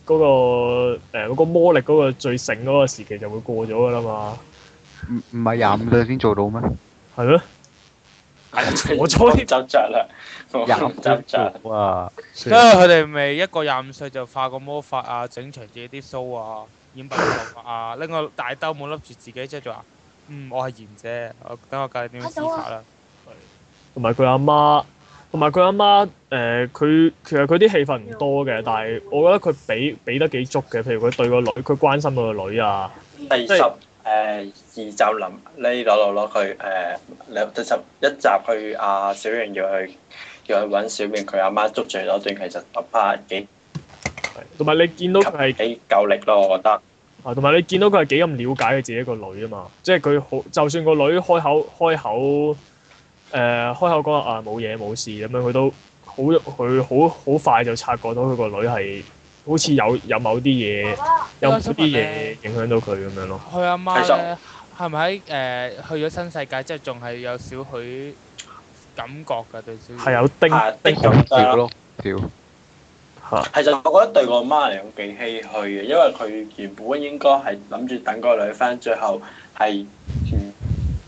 Speaker 1: 個誒嗰、個魔力嗰個最盛嗰個時期就會過咗㗎啦嘛，
Speaker 5: 唔唔係廿五歲先做到咩？
Speaker 1: 係咯。
Speaker 2: 係
Speaker 1: 我初
Speaker 2: 唔執着啦，我
Speaker 5: 廿
Speaker 2: 唔
Speaker 5: 五
Speaker 2: 執
Speaker 5: 歲
Speaker 2: 着。
Speaker 5: 做啊！
Speaker 3: 因為佢哋咪一個廿五歲就化個魔法啊，整除自己啲須啊，染白啲頭髮啊， 拎個大兜帽笠住自己，即係就話：嗯，我係賢者，我等我教你點樣施法啦。
Speaker 1: 同埋佢阿媽，同埋佢阿媽誒，佢、其實佢啲戲份唔多嘅，但係我覺得佢俾俾得幾足嘅。譬如佢對個女，佢關心個女啊，
Speaker 2: 第十誒呃二集臨呢攞攞攞佢誒兩第十一集去阿小明要去要去揾小明佢阿媽捉住嗰段，其實特拍幾
Speaker 1: 同埋你見到佢係
Speaker 2: 幾夠力咯，我覺得。
Speaker 1: 啊，同埋你見到佢係幾咁了解佢自己個女啊嘛，即係佢好，就算個女開口開口誒、呃、開口講話啊冇嘢冇事咁樣，佢都好佢好好快就察覺到佢個女係好似有有某啲嘢有某啲嘢影響到佢咁樣咯。
Speaker 3: 佢阿媽
Speaker 2: 其
Speaker 3: 咧
Speaker 2: 實
Speaker 3: 係咪喺誒去咗新世界之後，仲係有少許感覺㗎對小
Speaker 1: 係有丁
Speaker 2: 啊
Speaker 1: 丁
Speaker 2: 丁
Speaker 1: 咁
Speaker 2: 咁
Speaker 5: 少咯，少。
Speaker 1: 嚇，
Speaker 2: 其實我覺得對個媽嚟講幾唏噓嘅，因為佢原本應該係諗住等個女翻，最後係唔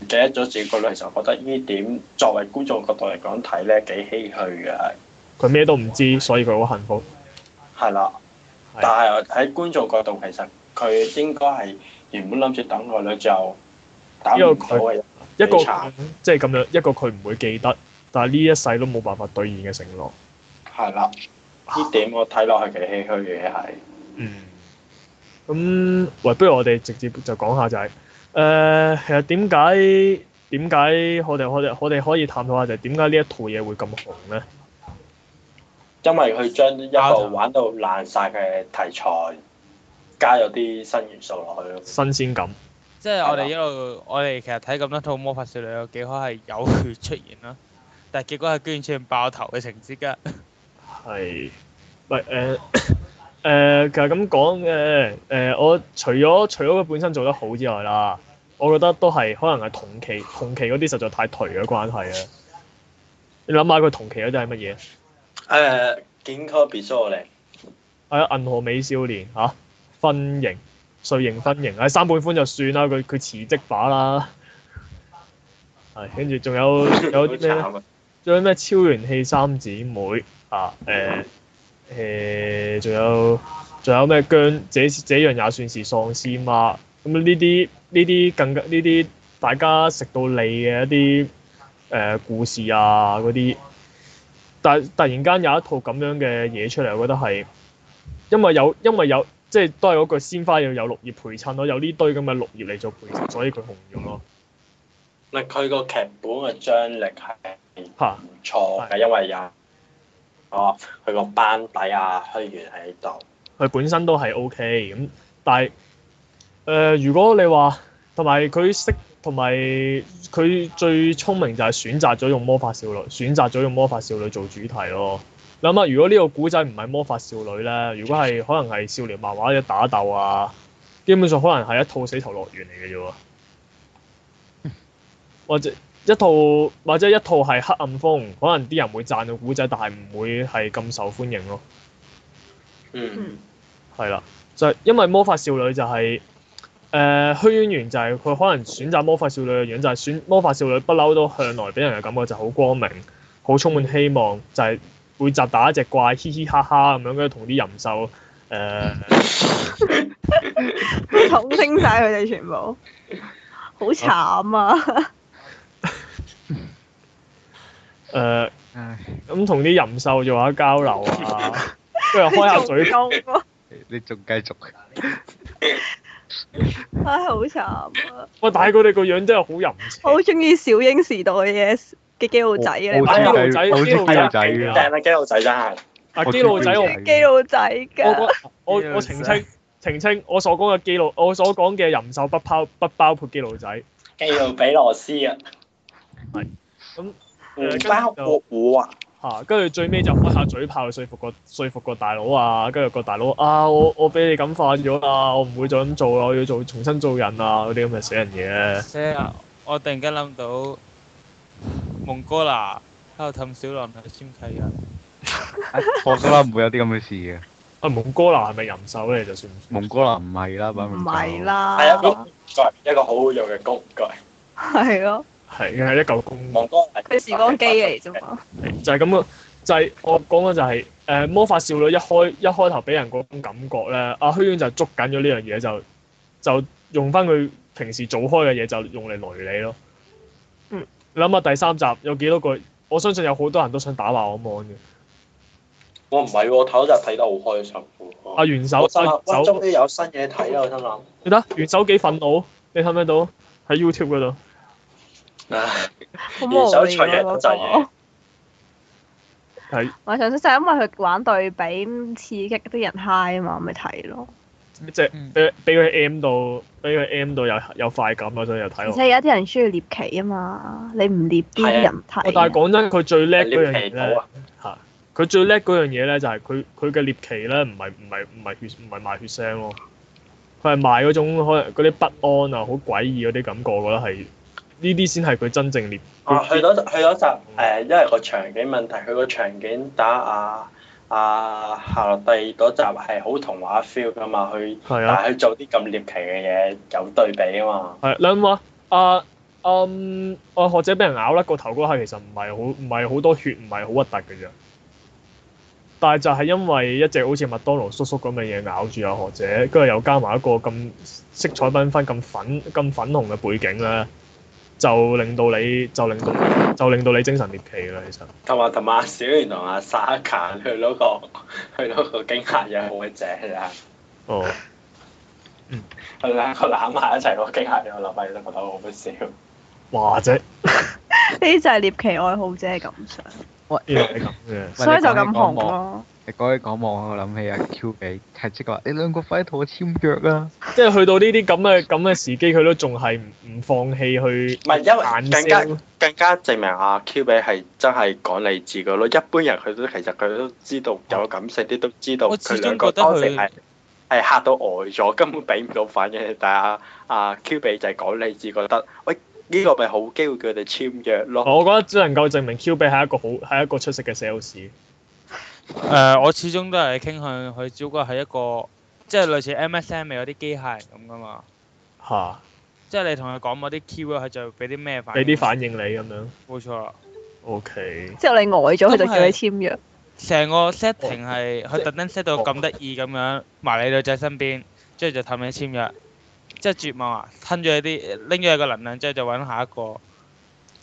Speaker 2: 唔記得咗自己個女。其實我覺得呢點作為觀眾角度嚟講睇咧幾唏噓嘅，係
Speaker 1: 佢咩都唔知，所以佢好幸福。
Speaker 2: 係啦。
Speaker 1: 係
Speaker 2: 但係喺觀眾角度，其實佢應該係原本諗住等個女，最後打唔到嘅。
Speaker 1: 一個
Speaker 2: 幾慘
Speaker 1: 即係咁樣，一個佢唔會記得，但係呢一世都冇辦法兌現嘅承諾。
Speaker 2: 係啦，呢點我睇落係幾唏噓嘅，係。
Speaker 1: 嗯，咁喂，不如我哋直接就講下就係、誒、呃其實點解點解我哋我哋我哋可以探討下就係點解呢一套嘢會咁紅咧？
Speaker 2: 因為佢將一個玩到爛晒嘅題材加咗啲新元素落去咯。
Speaker 1: 新鮮感
Speaker 3: 即係我哋一路，我哋其實睇咁多套魔法少女，有幾可係有血出現啦，但係結果係居然出現爆頭嘅情節㗎。
Speaker 1: 係喂誒 誒，其實咁講嘅誒，我除咗除咗佢本身做得好之外啦，我覺得都係可能係同期同期嗰啲實在太頹嘅關係啊！你諗下佢同期嗰啲係乜嘢？
Speaker 2: 誒，健康別墅嚟，
Speaker 1: 係啊，銀河美少年嚇、啊分型、碎型分型，唉、三本寬就算啦，佢佢辭職把啦。係，跟住仲有仲有啲咩咧？
Speaker 2: 好慘啊！
Speaker 1: 仲有咩超元氣三姊妹啊？誒、誒，仲、有仲有咩姜？這這樣也算是喪屍媽。咁呢啲呢啲更加呢啲大家食到膩嘅一啲誒、故事啊嗰啲，但突然間有一套咁樣嘅嘢出嚟，我覺得係因為有因為有即係都係嗰句鮮花要有綠葉陪襯咯，有呢堆咁嘅綠葉嚟做陪襯，所以佢紅咗咯。
Speaker 2: 嗱，佢個劇本嘅張力係
Speaker 1: 嚇、
Speaker 2: 唔錯嘅，因為有哦佢個班底啊、虛源喺度。
Speaker 1: 佢本身都係 O K 咁，但係誒、呃如果你話同埋佢識同埋佢最聰明就係選擇咗用魔法少女，選擇咗用魔法少女做主題咯。你諗下，如果呢個古仔唔係魔法少女咧，如果係可能係少年漫畫嘅打鬥啊，基本上可能係一套死囚樂園嚟嘅啫喎，或者一套或者一套係黑暗風，可能啲人會讚個古仔，但係唔會係咁受歡迎咯。
Speaker 2: 嗯，
Speaker 1: 係啦，就係因為魔法少女就係、誒、虛淵源就係佢可能選擇魔法少女嘅樣，就係、選魔法少女不嬲都向來俾人嘅感覺就好光明，好充滿希望，就係、每集打一隻怪，嘻嘻哈哈咁樣，跟住同啲淫獸誒、呃
Speaker 4: 統清晒佢哋全部，好慘啊！
Speaker 1: 誒
Speaker 5: 唉，
Speaker 1: 呃咁同啲淫獸做下交流啊，跟住開 下嘴
Speaker 4: 仲用啊
Speaker 5: 你仲繼續？
Speaker 4: 唉，好慘啊！
Speaker 1: 喂，但係佢哋個樣真係好淫邪。啊
Speaker 4: 我好中意小英時代嘅嘅基佬仔啊嘅，你
Speaker 5: 我
Speaker 4: 話
Speaker 1: 知
Speaker 5: 我知
Speaker 1: 仔
Speaker 5: 我知
Speaker 1: 基佬仔
Speaker 5: 基
Speaker 1: 係
Speaker 5: 佬仔㗎
Speaker 1: 啊
Speaker 2: 正啦，基佬仔真係。
Speaker 1: 啊，基佬仔我唔
Speaker 4: 基佬仔
Speaker 1: 我
Speaker 4: 㗎，
Speaker 1: 我
Speaker 3: 基
Speaker 1: 我
Speaker 3: 佬
Speaker 1: 澄
Speaker 3: 仔
Speaker 1: 清澄清，我所講嘅基佬，我所講嘅淫獸不包不包括基佬仔。
Speaker 2: 基佬比羅斯啊，嗯
Speaker 1: 係咁
Speaker 2: 唔包括我啊，
Speaker 1: 嚇，跟住最尾就開下嘴炮去說服個說服個大佬啊，跟住個大佬啊，我我俾你咁化咗啦，我唔會再咁做啦，我要做重新做人啊，嗰啲咁嘅死人嘢。
Speaker 3: 即係我突然間諗到蒙哥拿喺度氹小狼去簽契啊！
Speaker 5: 唉放心啦，唔會有啲咁嘅事嘅。
Speaker 1: 啊，蒙哥拿係咪淫獸咧？就算唔算
Speaker 5: 蒙哥蘭唔係啦，擺
Speaker 4: 唔
Speaker 5: 明就
Speaker 4: 係。
Speaker 2: 係啊一個
Speaker 4: 啦，
Speaker 2: 工具，一個好好用嘅工具。
Speaker 4: 係咯，
Speaker 1: 係係一嚿公
Speaker 2: 望哥
Speaker 4: 佢時光機嚟啫嘛。
Speaker 1: 就係咁咯，就係、我講嘅就係、誒、魔法少女一開一開頭俾人嗰種感覺咧，阿虛遠就捉緊咗呢樣嘢就就用翻佢平時做開嘅嘢就用嚟雷你咯。
Speaker 4: 嗯。
Speaker 1: 你諗下第三集有幾多個我相信有好多人都想打爆我 mon 嘅。
Speaker 2: 我唔係喎，頭一集睇得好開心喎。
Speaker 1: 阿啊元首，
Speaker 2: 我心
Speaker 1: 阿
Speaker 2: 諗，
Speaker 1: 元
Speaker 2: 哇！
Speaker 1: 首，
Speaker 2: 終於有新嘢睇啦，我心諗。
Speaker 1: 你睇元首幾憤怒？你睇唔睇到？喺 YouTube 嗰度。
Speaker 2: 唉，
Speaker 4: 好
Speaker 2: 元
Speaker 4: 無
Speaker 2: 首
Speaker 4: 聊
Speaker 2: 除嘢
Speaker 4: 啊
Speaker 2: 都
Speaker 4: 嗰個
Speaker 2: 滯嘢。
Speaker 1: 係
Speaker 4: 我上次就係因為佢玩對比咁刺激啲人 high 啊嘛，咪睇咯。
Speaker 1: 即
Speaker 3: 嗯
Speaker 1: 係俾俾佢 M 到，俾佢 M 到有有快感啊！所以又睇
Speaker 4: 而
Speaker 1: 落。
Speaker 4: 且有啲人需要獵奇啊嘛，你唔獵啲
Speaker 2: 係啊
Speaker 4: 人睇
Speaker 1: 我哦但係
Speaker 4: 啊。
Speaker 1: 講真，佢最叻
Speaker 2: 你
Speaker 1: 嗰樣
Speaker 2: 皮
Speaker 1: 嘢
Speaker 2: 到
Speaker 1: 咧
Speaker 2: 啊！
Speaker 1: 嚇，佢最叻嗰樣嘢咧就係佢佢嘅獵奇咧，唔係唔係唔係血唔係賣血腥咯，佢係賣嗰種可能嗰啲不安啊、好詭異嗰啲感覺，我覺得係呢啲先係佢真正獵。
Speaker 2: 啊，去到去到集誒、因為個場景問題，佢個場景打阿阿夏洛蒂嗰集係好童話 feel 噶嘛，佢
Speaker 1: 係
Speaker 2: 但
Speaker 1: 啊，
Speaker 2: 係佢做啲咁獵奇嘅嘢有對比啊嘛。
Speaker 1: 係你諗下啊嗯，啊學者俾人咬甩個頭嗰下，其實唔係好唔係好多血，唔係好核突嘅啫。但係就係因為一隻好似麥當勞叔叔咁嘅嘢咬住阿學者，跟住又加埋一個咁色彩繽紛、咁粉咁粉紅嘅背景咧，就令到你就令到就令到你精神獵奇啦。其實
Speaker 2: 同埋同埋阿小圓同阿沙칸佢嗰個 佢嗰個驚嚇嘢好鬼正啊！
Speaker 1: 哦，
Speaker 2: 佢兩個攬埋一齊嗰個驚嚇嘢，我諗翻起都覺得好好笑。
Speaker 1: 或者
Speaker 4: 呢啲就係獵奇愛好者嘅感想，
Speaker 1: 原來係咁嘅。
Speaker 5: 喂
Speaker 4: 所以就
Speaker 5: 你講
Speaker 4: 咁
Speaker 5: 起講
Speaker 4: 紅咯。
Speaker 5: 你講起講網，我諗起阿 Q 比係即係話你兩個快啲同我簽約啦！
Speaker 1: 即係去到呢啲咁嘅咁嘅時機，佢都仲係唔唔放棄去
Speaker 2: 唔係因為
Speaker 1: 硬
Speaker 2: 更加
Speaker 1: 銷
Speaker 2: 更加證明阿 Q 比係真係講理智嘅咯。一般人佢都其實佢都知道有感性啲，都知道
Speaker 3: 我始終
Speaker 2: 佢兩個
Speaker 3: 覺得佢
Speaker 2: 當時係係嚇到呆咗，根本俾唔到反應。但係阿阿 Q 比就係講理智，覺得喂呢、個咪好機會叫佢哋簽約
Speaker 3: 哦
Speaker 2: 咯。
Speaker 1: 我覺得只能夠證明 Q 比係一個好係一個出色嘅 sales。
Speaker 3: 誒、我始終都係傾向佢，只不過係一個即係類似 MSM 咪有啲機械人咁噶嘛。
Speaker 1: 嚇，
Speaker 3: 即係你同佢講某啲 keyword，佢就會俾啲咩反應。
Speaker 1: 俾啲反應你咁樣。
Speaker 3: 冇錯啦，
Speaker 1: OK，
Speaker 4: 之後你呆咗，佢就
Speaker 3: 咁係
Speaker 4: 叫你簽約。
Speaker 3: 成個 setting 係佢特登 set 到咁得意咁樣，埋你女仔身邊，之後就氹你簽約，即係絕望啊！吞咗一啲，拎咗一個能量之後就揾下一個。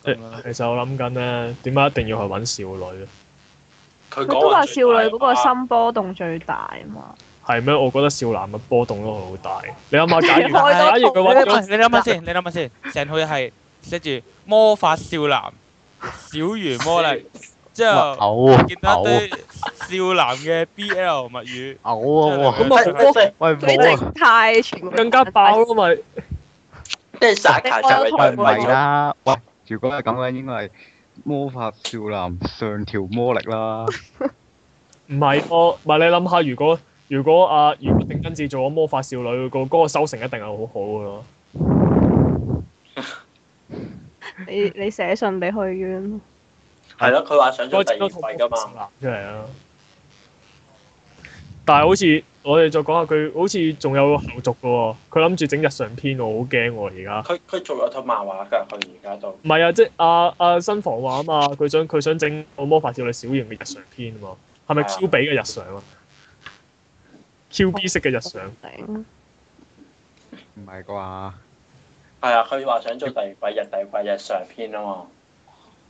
Speaker 1: 即
Speaker 3: 咁
Speaker 1: 係
Speaker 3: 啊樣咯
Speaker 1: 其實我諗緊咧，點解一定要去揾少女咧？
Speaker 2: 佢
Speaker 4: 佢
Speaker 2: 講
Speaker 4: 都話
Speaker 2: 話
Speaker 4: 少女嗰個
Speaker 2: 最大啊
Speaker 4: 心波動最大啊嘛。
Speaker 1: 係咩？我覺得少男嘅波動都好大。你諗下，假如
Speaker 4: 你開
Speaker 1: 假
Speaker 4: 多
Speaker 1: 如佢揾
Speaker 4: 套
Speaker 1: 咗
Speaker 3: 喂你諗下先，你諗下先，成套嘢係寫住魔法少男、小魚魔力，之
Speaker 5: 哇
Speaker 3: 後
Speaker 5: 嘔啊
Speaker 3: 見到一
Speaker 5: 嘔
Speaker 3: 堆少男嘅 BL 物語。
Speaker 5: 啊嘔啊！
Speaker 1: 咁啊
Speaker 2: 即係即係
Speaker 5: 喂喂
Speaker 4: 佢
Speaker 5: 冇啊！
Speaker 4: 直太全部
Speaker 1: 更加爆咯，咪
Speaker 2: 即係沙卡就係
Speaker 5: 啊
Speaker 2: 啊
Speaker 5: 喂
Speaker 4: 開
Speaker 5: 唔
Speaker 4: 多
Speaker 5: 係
Speaker 4: 套
Speaker 5: 啦，喂，如果係咁嘅，應該係魔法少男上條魔力啦。
Speaker 1: 唔係我唔係你諗下，如果如果啊，如果定真志做咗魔法少女，個嗰個收成一定係好好嘅咯。
Speaker 4: 你你寫信俾許願咯，
Speaker 2: 係咯，佢話上
Speaker 1: 我
Speaker 2: 咗第
Speaker 1: 整
Speaker 2: 二
Speaker 1: 咗套
Speaker 2: 季㗎嘛。
Speaker 1: 男出嚟啊！但係好似我哋再講下佢，好似仲有後續嘅喎。佢諗住整日常篇，我好驚喎而家。
Speaker 2: 佢佢做咗套漫畫㗎，佢而家都。
Speaker 1: 唔係啊，即係阿阿新房話啊嘛，佢想佢想整個魔法少女小型嘅日常篇啊嘛，係咪
Speaker 2: 係啊
Speaker 1: Q 比嘅日常啊？Q B 式嘅日常，
Speaker 4: 頂
Speaker 5: 唔係啩？
Speaker 2: 係啊，佢話想做第二季日第二季日常篇啊嘛。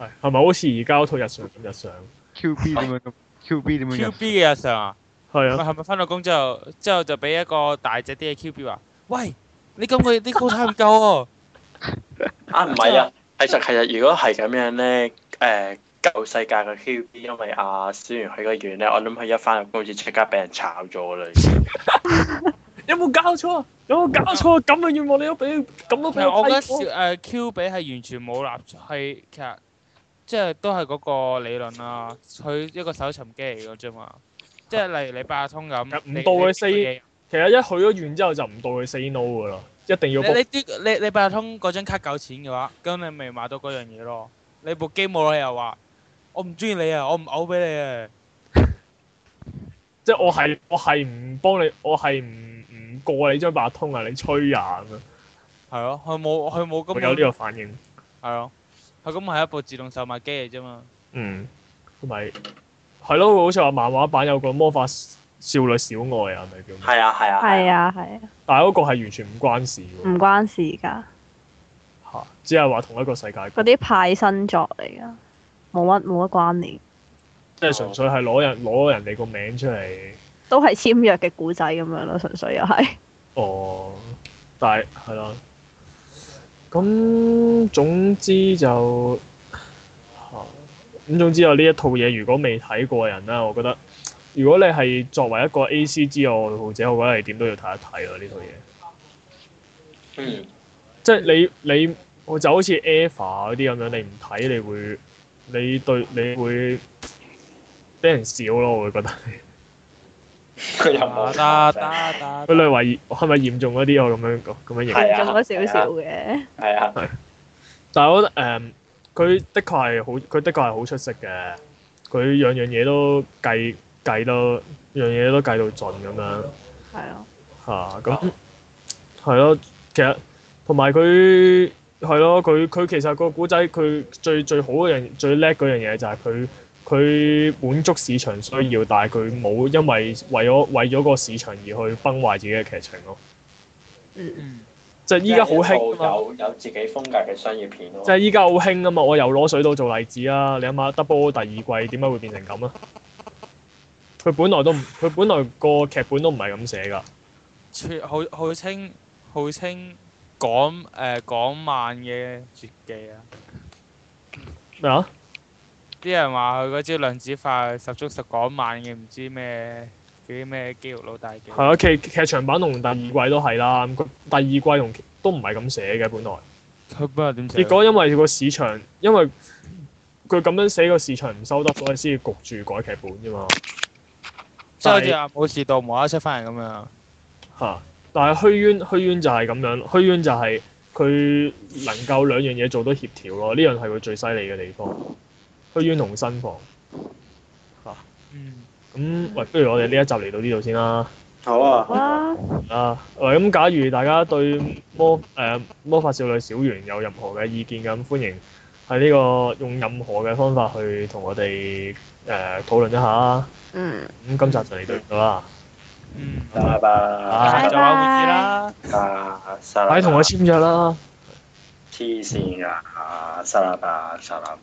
Speaker 1: 係係咪好似而家嗰套日常咁日常？
Speaker 5: Q B 點樣？Q B 點樣
Speaker 3: Q
Speaker 5: 入
Speaker 3: B 嘅日常啊，
Speaker 1: 係
Speaker 3: 佢
Speaker 1: 啊，
Speaker 3: 係咪翻到工之後，之後就俾一個大隻啲嘅 Q B 話：，喂，你今個月啲 quota 唔夠喎，
Speaker 2: 啊，唔係啊，其實其實如果係咁樣咧，誒、舊世界嘅 QB，因為阿小圓去個院咧，我諗佢一翻入公司即刻俾人炒咗啦。已經
Speaker 1: 有冇搞錯啊？有冇搞錯啊？咁嘅願望你都俾咁都
Speaker 3: 其
Speaker 1: 俾
Speaker 3: 實
Speaker 1: 我
Speaker 3: 啊我覺得
Speaker 1: 批過？
Speaker 3: 誒 à, Q 比係完全冇立場，係其實即係都係嗰個理論啦，佢一個搜尋機嚟嘅啫嘛。即係例如你八達通咁，
Speaker 1: 唔
Speaker 3: 你
Speaker 1: 到佢
Speaker 3: 你
Speaker 1: 四
Speaker 3: 你
Speaker 1: 其實一許咗願之後就唔到佢 say no 噶啦，一定要幫
Speaker 3: 你啲你你八達通嗰張卡夠錢嘅話，咁你咪買到嗰樣嘢咯。你部機冇理由話我唔中意你啊，我唔嘔俾你啊。
Speaker 1: 即係我係我係唔幫你，我係唔唔過你張八達通啊！你吹啊咁樣，
Speaker 3: 係咯，佢冇佢冇咁
Speaker 1: 會有呢個反應。
Speaker 3: 係咯，佢咁係一部自動售賣機嚟啫嘛。
Speaker 1: 嗯，同埋係咯，好似話漫畫版有個魔法少女小愛啊，係咪叫？
Speaker 2: 係啊係啊
Speaker 4: 係
Speaker 2: 係啊，
Speaker 4: 啊係啊，
Speaker 1: 但係嗰個係完全唔關事
Speaker 4: 唔
Speaker 1: 喎，
Speaker 4: 關事㗎，
Speaker 1: 嚇、只係話同一個世界
Speaker 4: 嗰
Speaker 1: 觀。
Speaker 4: 啲派新作嚟㗎。冇乜冇乜關聯，
Speaker 1: 即係純粹係攞人攞人哋個名出嚟。
Speaker 4: 都係簽約嘅古仔咁樣咯，純粹又係。
Speaker 1: 哦，但係係啦。咁總之就嚇咁總之有呢一套嘢，如果未睇過嘅人啦，我覺得如果你係作為一個 A.C.G 愛好者，我覺得你點都要睇一睇咯呢套嘢。
Speaker 2: 嗯，
Speaker 1: 即係你你我就好似 Eva 嗰啲咁樣，你唔睇你會你對你會俾人笑咯，我會覺得。
Speaker 2: 佢又冇
Speaker 3: 啊得得得
Speaker 1: 佢略為係咪嚴重嗰啲我咁樣講咁樣形容？
Speaker 2: 係啊
Speaker 4: 嚴重咗少少嘅。
Speaker 2: 係啊，
Speaker 1: 但係我覺得誒，佢、的確係好，佢的確係好出色嘅。佢樣樣嘢都計計到，樣嘢都計到盡咁樣
Speaker 4: 係咯，
Speaker 1: 嚇。
Speaker 2: 嗯
Speaker 1: 咁係咯，其實同埋佢係咯，佢佢其實個古仔佢最最好嗰樣最叻嗰樣嘢就係佢佢滿足市場需要，但係佢冇因為為咗為咗個市場而去崩壞自己嘅劇情咯。
Speaker 4: 嗯，
Speaker 3: 嗯，
Speaker 1: 即係依家好興啊嘛。
Speaker 2: 有有自己風格嘅商業片咯
Speaker 1: 即。係依家好興啊嘛！我又攞水到做例子啊！你諗下 Double O 第二季點解會變成咁啊？佢本來都唔，佢本來個劇本都唔係咁寫㗎。
Speaker 3: 切好好清好清港誒港漫嘅絕技啊！
Speaker 1: 咩啊？
Speaker 3: 啲人話佢嗰招量子化十足十港漫嘅，唔知咩嗰啲咩肌肉佬大技。
Speaker 1: 係啊，劇劇場版同第二季都係啦。咁佢第二季同都唔係咁寫嘅本來。
Speaker 3: 佢本來點寫？
Speaker 1: 結果因為個市場，因為佢咁樣寫個市場唔收得，所以先至焗住改劇本啫嘛。
Speaker 3: 即係好似話冇事到無啦啦出翻嚟咁樣。
Speaker 1: 嚇、但係虛淵虛淵就係咁樣，虛淵就係佢能夠兩樣嘢做到協調咯，呢樣係佢最犀利嘅地方。虛淵同新房，
Speaker 3: 嗯，
Speaker 1: 咁喂，不如我哋呢一集嚟到呢度先啦。
Speaker 2: 好啊
Speaker 4: 好，啦，
Speaker 1: 啊，喂，咁假如大家對魔誒、魔法少女小圓有任何嘅意見咁，歡迎喺呢、個用任何嘅方法去同我哋誒、討論一下啊。
Speaker 4: 嗯，
Speaker 1: 咁今集就嚟到呢度啦。
Speaker 3: 嗯，
Speaker 2: 拜
Speaker 1: 啊
Speaker 2: 拜。
Speaker 3: 下晝玩會知啦。
Speaker 2: 啊，
Speaker 1: 快啲同我簽約啦！
Speaker 2: 黐線啊！沙拉吧，沙拉吧。